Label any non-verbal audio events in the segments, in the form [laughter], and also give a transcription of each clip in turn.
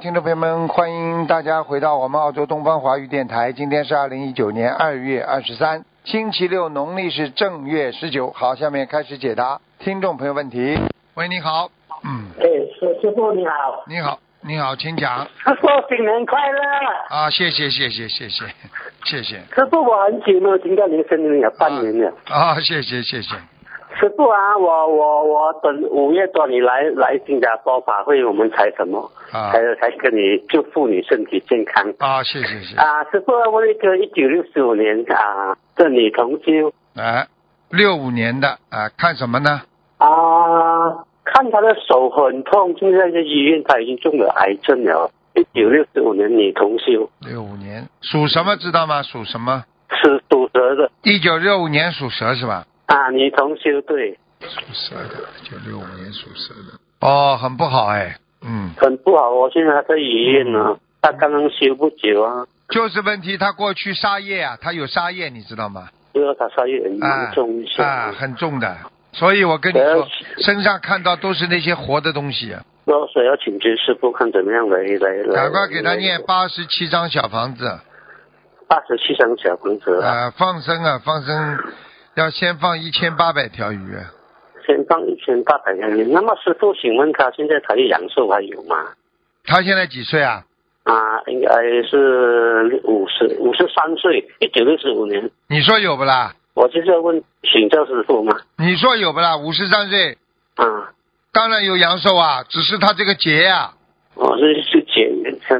听众朋友们，欢迎大家回到我们澳洲东方华语电台。今天是二零一九年二月二十三，星期六，农历是正月十九。好，下面开始解答听众朋友问题。喂，你好，嗯，哎，师师傅你好，你好，你好，请讲。师傅新年快乐！啊，谢谢，谢谢，谢谢，谢谢。师傅，我很久没有听到您声音了，半年了。啊，谢谢，谢谢。师傅啊，我我我等五月多你来来新加坡法会，我们才什么？啊才才跟你祝福你身体健康。啊，谢谢，谢谢。啊，师傅，我一个一九六五年啊，这女同修哎，六五年的啊，看什么呢？啊，看她的手很痛，现在在医院，她已经中了癌症了。一九六五年女同修，六五年属什么知道吗？属什么？是属蛇的一九六五年属蛇是吧？啊，女同修对，属蛇的，九六五年属蛇的。哦，很不好哎，嗯，很不好，我现在还在医院呢，她刚刚休不久啊，就是问题，他过去沙业啊，他有沙业，你知道吗？不要她稍微很啊严重一啊，下。很重的。所以我跟你说呃，身上看到都是那些活的东西，啊那所以要请求师傅看怎么样来来来。赶快给他念八十七张小房子，八十七张小房子啊，啊，放生啊，放生，要先放一千八百条鱼，啊先放一千八百元。那么师傅，请问他现在他的阳寿还有吗？他现在几岁啊？啊，应该是五十五十三岁，一九六五年。你说有不啦？我就是要问请教师傅嘛。你说有不啦？五十三岁，啊，当然有阳寿啊，只是他这个啊劫呀、我是哦是解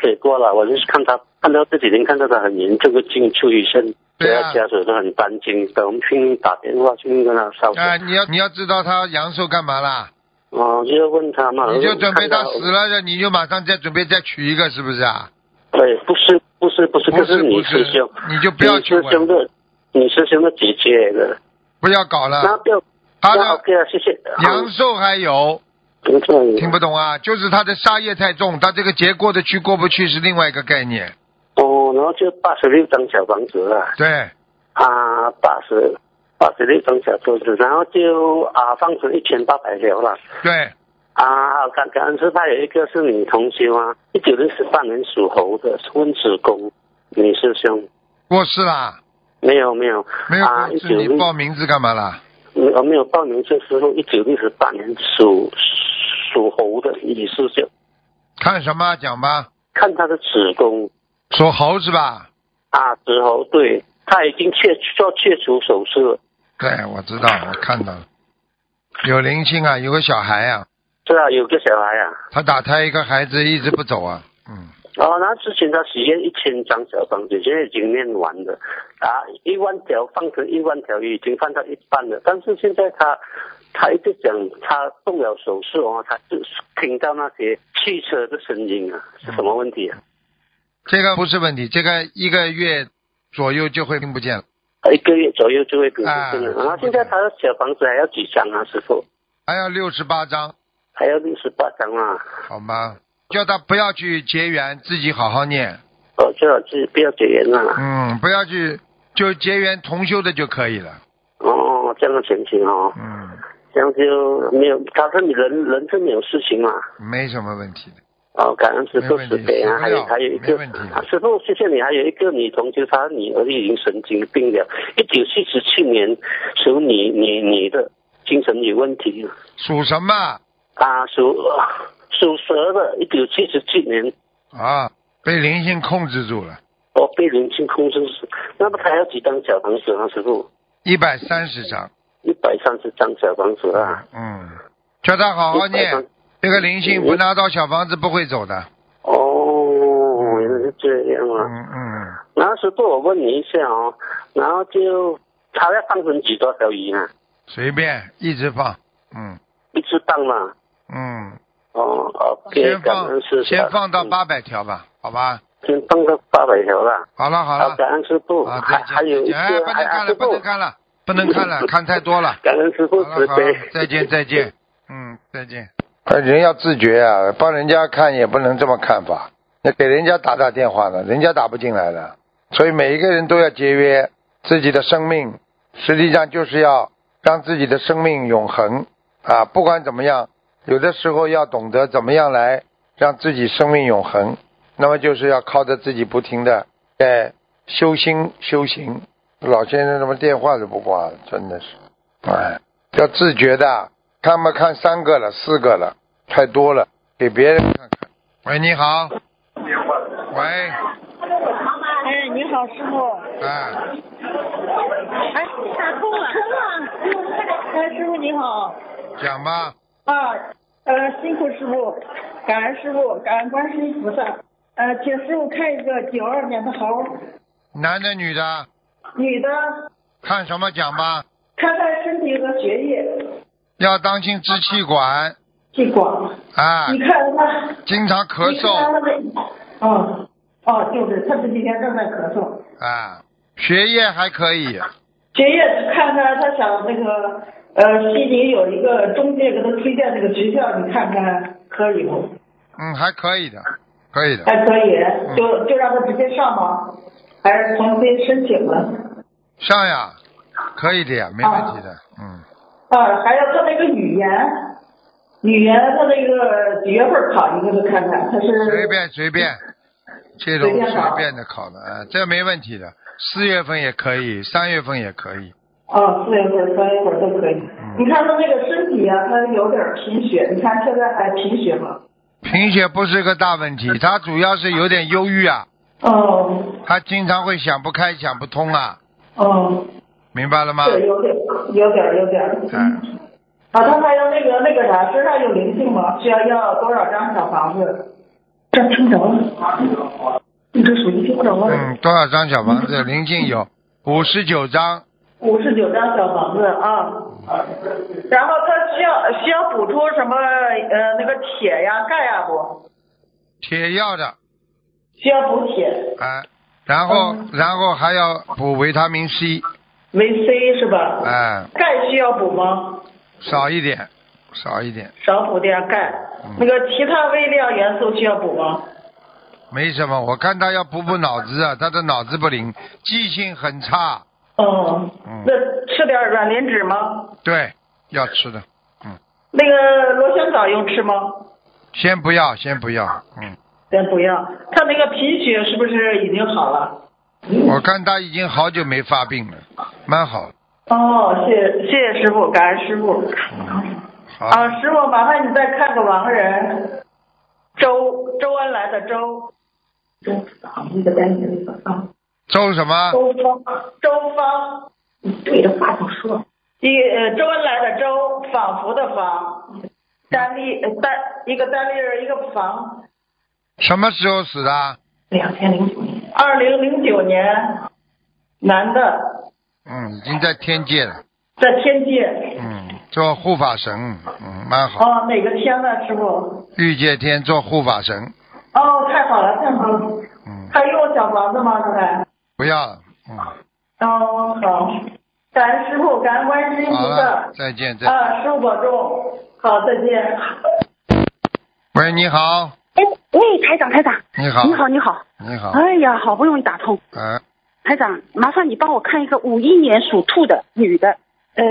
给过了，我就是看他看到这几天看到他很严重的进出医生，对啊所以家属都很担心，我们拼命打电话，拼命跟他烧。啊、你要你要知道他阳寿干嘛啦？哦，就要问他嘛。你就准备看他到死了，你就马上再准备再娶一个，是不是啊？对，不是不是不是，不就是你不是师兄，，你就不要你去师兄问，的，你师兄的姐姐的，不要搞那啊了。不要，他那的 OK 啊，谢谢。阳寿还有，听懂听不懂啊？就是他的杀业太重，他这个劫过得去过不去是另外一个概念。哦，然后就八十六张小房子了对，啊，八十八十六张小桌子，然后就啊放成一千八百条了对，啊。感感恩师他有一个是女同修啊，一九六八年属猴的，是温子公，女师兄。过世啦，没有没有没有啊，过一世，九你六报名字干嘛啦？没有没有报名这时候一九六十八年属属猴的女师兄，看什么啊讲吧？看她的子宫属猴是吧？啊，子猴对，她已经切做切除手术了，对，我知道，我看到了，有灵性啊，有个小孩啊，是啊，有个小孩啊，他打胎一个孩子一直不走啊，嗯。哦，那之前她许愿一千张小房子，现在已经念完了啊，一万条放成一万条鱼已经放到一半了，但是现在她她一直讲她动了手术哦，她就听到那些汽车的声音啊，是什么问题啊？这个不是问题，这个一个月左右就会听不见了，一个月左右就会平啊复了。然后现在他的小房子还要几张啊，师傅？还要六十八张，还要六十八张啊！好吗？叫他不要去结缘，自己好好念，哦，最好是不要结缘啊。嗯，不要去就结缘同修的就可以了，哦，这样的情形哦，嗯，这样就没有，他说你人人是没有事情嘛。没什么问题的。哦，感恩师傅慈悲啊！还没问有题还有一没个问题，啊师傅谢谢你。还有一个女同学，她女儿已经神经病了，一九七十七年属你你你的精神有问题属什么啊，属属蛇的，一九七十七年啊？被灵性控制住了，哦，被人性控制是，那么他要几张小房子啊，师傅？一百三十张，一百三十张小房子啊，嗯，叫他好好130念，这个灵性不拿到小房子不会走的，哦，原来是这样嗯啊。嗯，然后师傅，我问你一下哦，然后就他要放成几多条鱼啊？随便一直放，嗯一只半嘛。嗯，哦，OK，先感放恩师傅。先放到嗯，八百条吧，好吧？先放到八百条啦。好了好好，了，感恩师傅。啊，还还再有见一再见，个，哎，不能还看师了，不傅能，看了，不能看了，看太多了。感恩师好傅慈了好了悲。，再见再见， [laughs] 嗯，再见。呃，人要自觉啊，帮人家看也不能这么看法。那给人家打打电话呢，人家打不进来的，所以每一个人都要节约自己的生命，实际上就是要让自己的生命永恒啊。不管怎么样，有的时候要懂得怎么样来让自己生命永恒。那么就是要靠着自己不停的哎在修心修行。老先生他妈电话都不挂，真的是，哎，要自觉的。看吧，看三个了，四个了，太多了，给别人看看。喂，你好。喂，哎，你好，师傅。哎，哎，打通了。哎，师傅你好。讲吧，啊，呃，辛苦师傅，感恩师傅，感恩观世音菩萨。呃，请师傅看一个九二年的猴，男的女的，女的，看什么讲吧，看看身体和学业，要当心支气管气管。啊你，看他，经常咳你看嗽他的，哦，哦，就是他这几天正在咳嗽。啊，学业还可以，学业看看他想那个呃，悉尼有一个中介给他推荐这个学校，你看看可以不？嗯，还可以的，可以的。还可嗯以，就就让他直接上吗？还是重新申请了？上呀，可以的呀，没问题的，嗯，啊，还要他那个语言，语言他那个几月份考一个？就看看他是随便随便，这种随便考随便的考了，啊，这没问题的。四月份也可以，三月份也可以，哦，四月份、三月份都可以。嗯你看他那个身体啊，他有点贫血，你看现在还贫血吗？贫血不是个大问题，他主要是有点忧郁啊，哦他经常会想不开、想不通啊，哦，明白了吗？对，有点有点有点。嗯，啊，他还有那个那个啥，身上有灵性吗？需要要多少张小房子？这听不着了，你这手机听不着嗯，多少张小房子？林静有五十九张，五十九张小房子啊，然后他需要需要补充什么呃那个铁呀钙呀不？铁要的，需要补铁，哎、然后然后还要补维他命 C，维 C 是吧？哎、钙需要补吗？少一点，少一点，少补点钙。那个其他微量元素需要补吗？没什么。我看他要补补脑子啊，他的脑子不灵，记性很差，哦，那吃点软磷脂吗？对，要吃的，嗯，那个罗香藻用吃吗？先不要，先不要，嗯，先不要，他那个贫血是不是已经好了？我看他已经好久没发病了，蛮好，哦，谢谢谢谢师傅，感恩师傅。好，哦啊，师傅，麻烦你再看个亡人，周周恩来的周。周方，那个单元那个啊，周什么？周芳，周芳，你嗯对着话筒说。一呃，周恩来的周，仿佛的仿，单立呃单一个单立人一个房。什么时候死的？啊两千零九年。二零零九年，男的。嗯，已经在天界了。在天界。嗯，做护法神，嗯，蛮好。哦，哪个天呢，师傅？欲界天做护法神，哦，太好了，太好了。嗯，还用小房子吗？刚才？不要了，嗯，哦，好。感恩师傅，感恩观世音好菩萨了，。再见，再见。呃啊，师傅保重。好，再见。喂，你好，哎，喂，台长，台长，你好，你好，，你好，你好，哎呀，好不容易打通，呃，台长，麻烦你帮我看一个五一年属兔的女的，呃，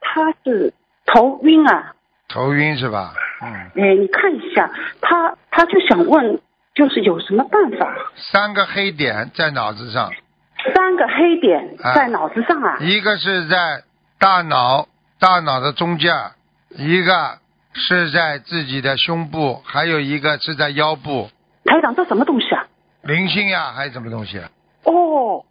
她是头晕啊，头晕是吧？嗯，呃，你看一下，她她就想问，就是有什么办法？三个黑点在脑子上，三个黑点啊在脑子上啊，一个是在大脑大脑的中间儿，一个是在自己的胸部，还有一个是在腰部，台长这什么东西啊？灵性呀，还有什么东西啊？哦，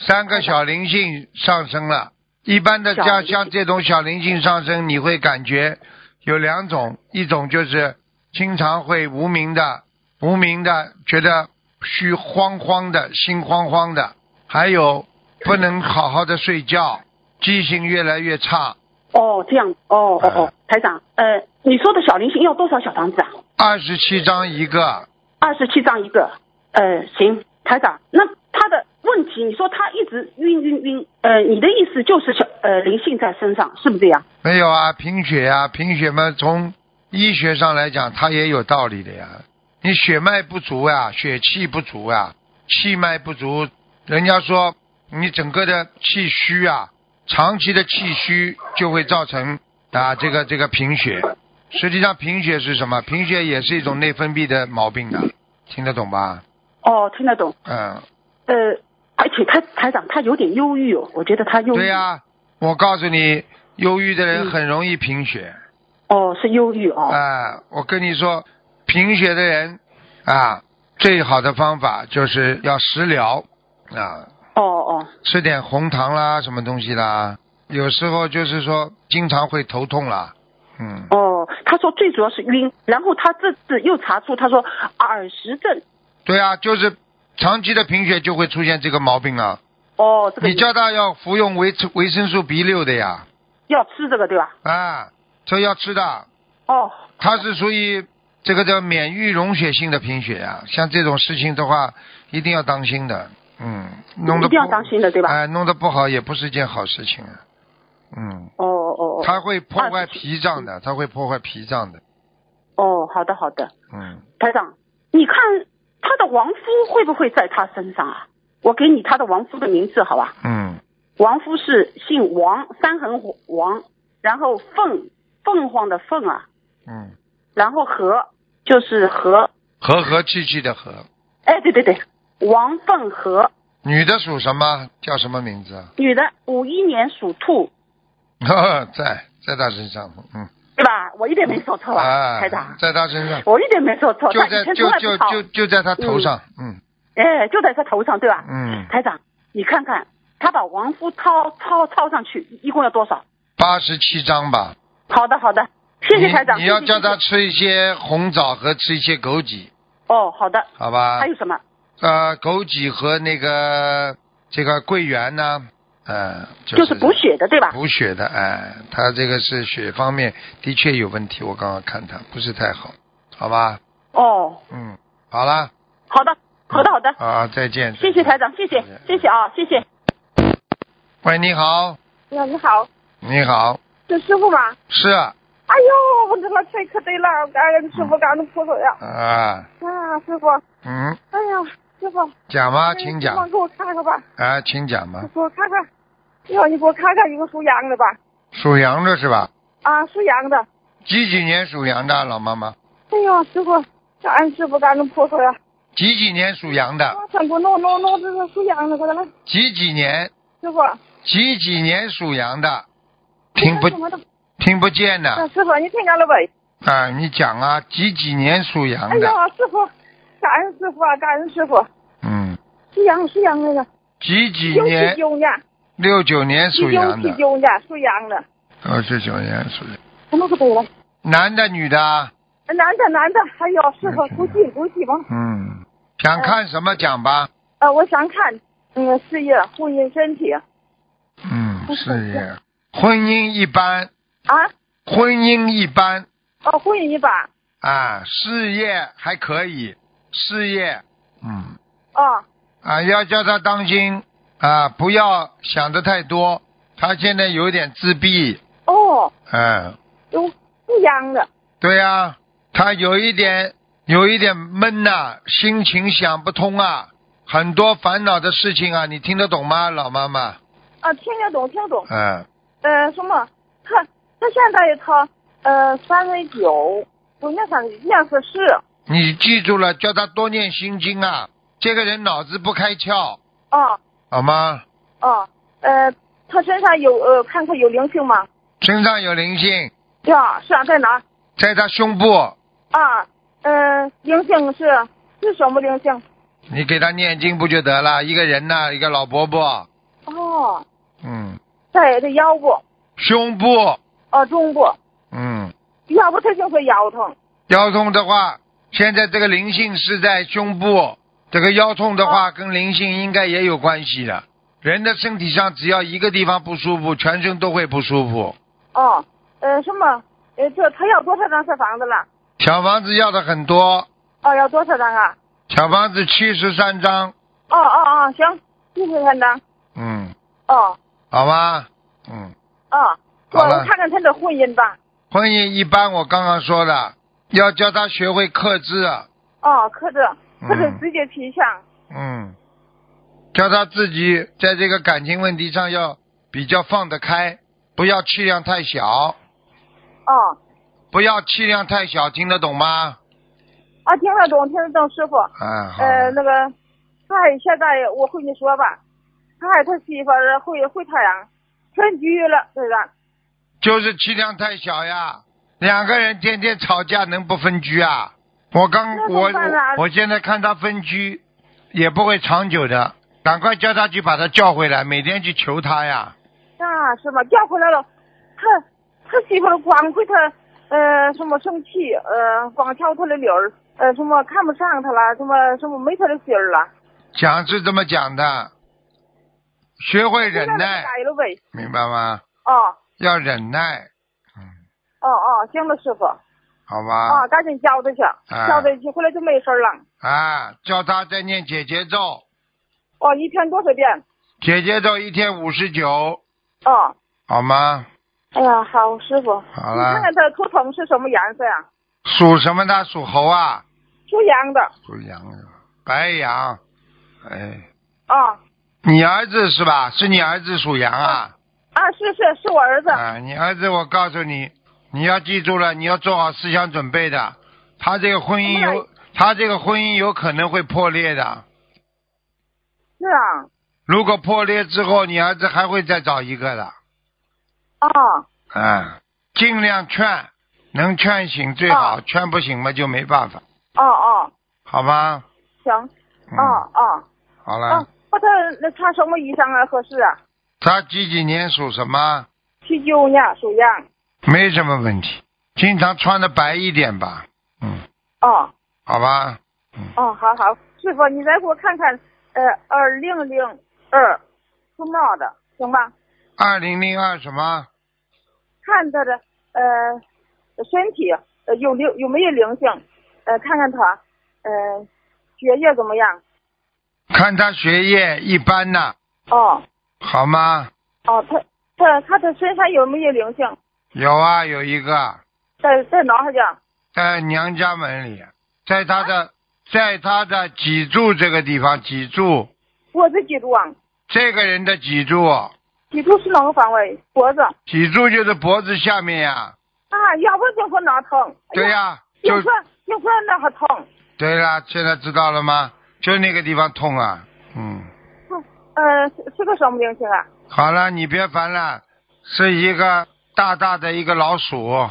三个小灵性上升了。一般的小像灵性像这种小灵性上升，你会感觉有两种，一种就是经常会无名的、无名的觉得虚慌慌的、心慌慌的，还有不能好好的睡觉，记性越来越差。哦，这样，哦哦啊哦，台长，呃，你说的小灵性要多少小房子啊？二十七章一个，二十七张一个。呃，行，台长，那他的问题，你说他一直晕晕晕，呃，你的意思就是小呃灵性在身上，是不是这样？没有啊，贫血啊，贫血嘛，从医学上来讲，它也有道理的呀。你血脉不足啊，血气不足啊，气脉不足，人家说你整个的气虚啊，长期的气虚就会造成啊这个这个贫血。实际上贫血是什么？贫血也是一种内分泌的毛病啊，听得懂吧？哦，听得懂。嗯，呃，而且他台长他有点忧郁哦，我觉得他忧郁。对呀、我告诉你，忧郁的人很容易贫血。哦，是忧郁哦。啊，我跟你说，贫血的人啊，最好的方法就是要食疗啊，哦哦吃点红糖啦，什么东西啦。有时候就是说，经常会头痛啦，嗯，哦，他说最主要是晕，然后他这次又查出他说耳石症。对啊，就是长期的贫血就会出现这个毛病啊。哦，这个你叫他要服用维维生素 B 六的呀，要吃这个对吧？啊，这要吃的，哦它是属于这个叫免疫溶血性的贫血啊，像这种事情的话，一定要当心的，嗯，弄得一定要不当心的对吧哎、弄得不好也不是件好事情啊，嗯，哦哦哦它会破坏二十嗯七脾脏的，它会破坏脾脏的，哦，好的好的，嗯，台长，你看他的亡夫会不会在他身上啊？我给你他的亡夫的名字好吧？嗯，王夫是姓王，三横王，然后凤凤凰的凤啊，嗯，然后和就是和，和和气气的和，哎，对对对，王凤和，女的属什么？叫什么名字啊？ [laughs] 女的，五一年属兔，在在他身上，嗯，对吧？我一点没说错吧，啊台长，，在他身上。我一点没说错，就他以在前就从来就不吵，就就在他头上，嗯哎，就在他头上，对吧？嗯，台长，你看看他把王夫抄抄抄上去，一共要多少？八十七张吧。好的好的，谢谢你台长，你要谢谢叫他谢谢吃一些红枣和吃一些枸杞，哦，好的，好吧还？有什么？呃，枸杞和那个这个桂圆呢，呃，就是是补血的，对吧？补血的，哎、他这个是血方面的确有问题，我刚刚看他不是太好，好吧？哦，嗯，好了，好的，好嗯的，好的，啊，再见。谢谢台长，谢谢，谢谢啊，谢谢。喂，你好，哎呀，你好，你好，是师傅吗？是啊，哎呦，我他妈太可对了，感恩师傅，感恩菩萨呀！啊，啊，师傅，嗯，哎呀，师傅，讲吧，嗯哎请你讲帮。给我看看吧，啊，请讲吧。给我看看，要你给我看看一个属羊的吧，属羊的是吧？啊，属羊的，几几年属羊的老妈妈？哎呦，师傅，感恩师傅，感恩菩萨呀！几几年属羊的？我真不弄弄弄这个属羊的，快点来，几几年？师傅，几几年属羊的？听不什么的，听不见啊，呢？师傅你听见了呗？啊，你讲啊，几几年属哎羊的？呀，师傅，感恩师傅啊，感恩师傅，嗯，属羊属羊的呀，几几九七年？九年，六九年属九羊七的，九年属羊的，六十九年属羊。什么可对了？男的女的啊？男的，男的，还有师傅，不信不信吧？嗯，想看什么讲吧？呃，我想看，嗯，事业、婚姻、身体啊嗯，事业、婚姻一般，啊，婚姻一般哦，婚姻吧，啊，事业还可以，事业，嗯。哦，啊，要叫他当心啊，不要想的太多。他现在有点自闭，哦，嗯，有不一样的，对呀、他有一点有一点闷呐、心情想不通啊，很多烦恼的事情啊，你听得懂吗，老妈妈？啊，听得懂，听得懂，嗯，呃，什么？他他现在他呃三十九，我念三念十四，你记住了，叫他多念心经啊。这个人脑子不开窍，哦好吗？哦，呃，他身上有呃，看看有灵性吗？身上有灵性，呀，是啊，在哪儿？在他胸部，啊，呃，灵性是是什么灵性？你给他念经不就得了？一个人呐、一个老伯伯，哦，嗯，在这腰部，胸部，呃，中部。嗯，要不他就会腰疼。腰痛的话，现在这个灵性是在胸部，这个腰痛的话跟灵性应该也有关系的。人的身体上只要一个地方不舒服，全身都会不舒服。哦，呃，什么？呃，这他要多少张小房子了？小房子要的很多，哦，要多少张啊？小房子七十三张，哦哦哦，行，谢谢团长。嗯，哦好吗？嗯，哦，我好了我看看他的婚姻吧。婚姻一般，我刚刚说了，要教他学会克制啊，哦，克制，克制嗯直接脾相。嗯，叫他自己在这个感情问题上要比较放得开，不要气量太小。哦，不要气量太小，听得懂吗？啊，听得懂，听得懂，师傅。啊，好。呃，那个，他还现在我和你说吧，他还他媳妇儿回回太阳，分居了，对吧？就是气量太小呀，两个人天天吵架能不分居啊？我刚那怎么我办啊我我现在看他分居，也不会长久的，赶快叫他去把他叫回来，每天去求他呀。啊，是吧？叫回来了，他他媳妇儿光会他呃什么生气，呃光挑他的理儿，呃什么看不上他了，什么什么没他的心儿了，讲是这么讲的，学会忍现在就耐，改了呗。明白吗？哦要忍耐，哦哦，行了，师傅，好啊、吧？赶紧教他去，啊教他去，回来就没事儿了。啊，叫他再念姐姐咒，哦，一天多少遍？姐姐咒一天五十九，哦，好吗？哎呀，好，师傅，好你看了，看他图腾是什么颜色呀、属什么的？属猴啊，属羊的。属羊的，白羊。哎，啊你儿子是吧？是你儿子属羊啊？啊，是是是我儿子。啊，你儿子，我告诉你，你要记住了，你要做好思想准备的。他这个婚姻我们有，他这个婚姻有可能会破裂的。是啊。如果破裂之后，你儿子还会再找一个的。啊啊，尽量劝，能劝醒最好，哦劝不醒嘛就没办法，哦哦，好吗？行。嗯，哦哦好哦了。，那他那穿什么衣裳啊合适啊？他几几年属什么？七九年属啊羊。没什么问题，经常穿的白一点吧。嗯，哦好吧。嗯哦，好好，师傅，你再给我看看，呃，二零零二属猫的，行吧？二零零二什么？看他的呃身体呃有灵有没有灵性，呃，看看他呃学业怎么样？看他学业一般呐，哦好吗？哦，他他看他身上有没有灵性？有啊，有一个在在哪儿去？在娘家门里，啊在他的，在他的脊柱这个地方，脊柱脖子脊柱啊，这个人的脊柱，哦脊柱是哪个方位？脖子脊柱就是脖子下面呀、啊，要不然就说哪疼？哎对呀、就就说就说那还疼，对啦，现在知道了吗？就那个地方痛啊，嗯，呃，是是个什么灵性啊？好了，你别烦了，是一个大大的一个老鼠，嗯、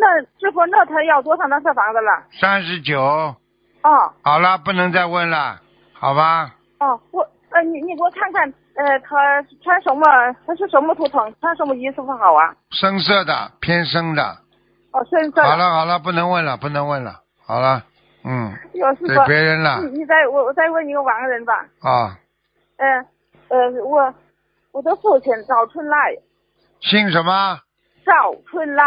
那师傅，那他要多少张小房子了？三十九，哦好了，不能再问了，好吧？哦，我呃，你你给我看看，呃，他穿什么？他是什么图腾？穿什么衣服好啊？深色的，偏深的，哦，身上。好了好了，不能问了，不能问了，好了，嗯，有师给傅，别人了你你再我我再问一个亡人吧，啊，嗯呃我我的父亲赵春来，姓什么？赵春来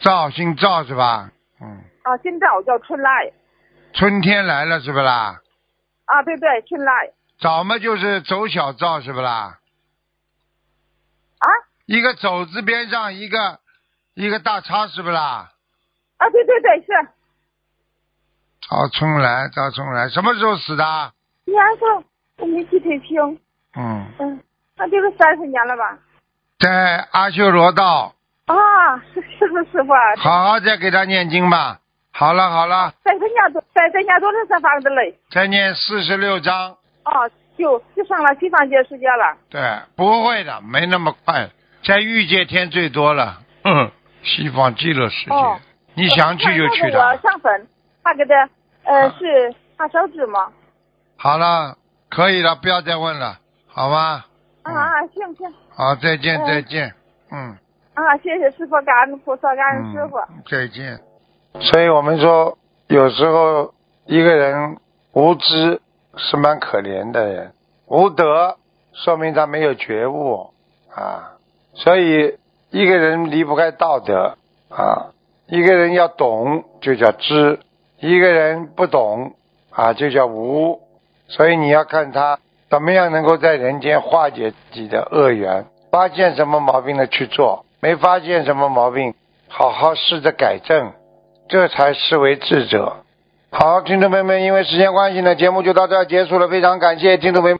赵，姓赵是吧？嗯，啊，姓赵叫春来春天来了是不啦？啊，对对，春来早嘛就是走小赵是不啦？啊一个走字边上一个一个大叉是不啦？啊，对对对，是赵春来，赵春来，什么时候死的？年份我没记太清，嗯，嗯，那就是三十年了吧？在阿修罗道，啊， [laughs] 是是不是师傅啊？好好再给他念经吧。好了好了，在他家多在在家多少三房子嘞？再念四十六章。啊，就就上了西方界世界了。对，不会的，没那么快，在欲界天最多了。嗯，西方极乐世界，哦你想去就去那那个的我。上坟，他给他呃啊是画烧纸吗？好了，可以了，不要再问了，好吗？啊嗯啊，行行好，再见嗯再见，嗯。啊，谢谢师傅，感恩菩萨，感恩师傅。嗯再见。所以我们说，有时候一个人无知是蛮可怜的人，无德说明他没有觉悟啊。所以一个人离不开道德啊，一个人要懂就叫知，一个人不懂啊就叫无。所以你要看他怎么样能够在人间化解自己的恶缘，发现什么毛病了去做，没发现什么毛病，好好试着改正。这才是为智者。好，听众朋友们，因为时间关系呢，节目就到这儿结束了。非常感谢听众朋友们。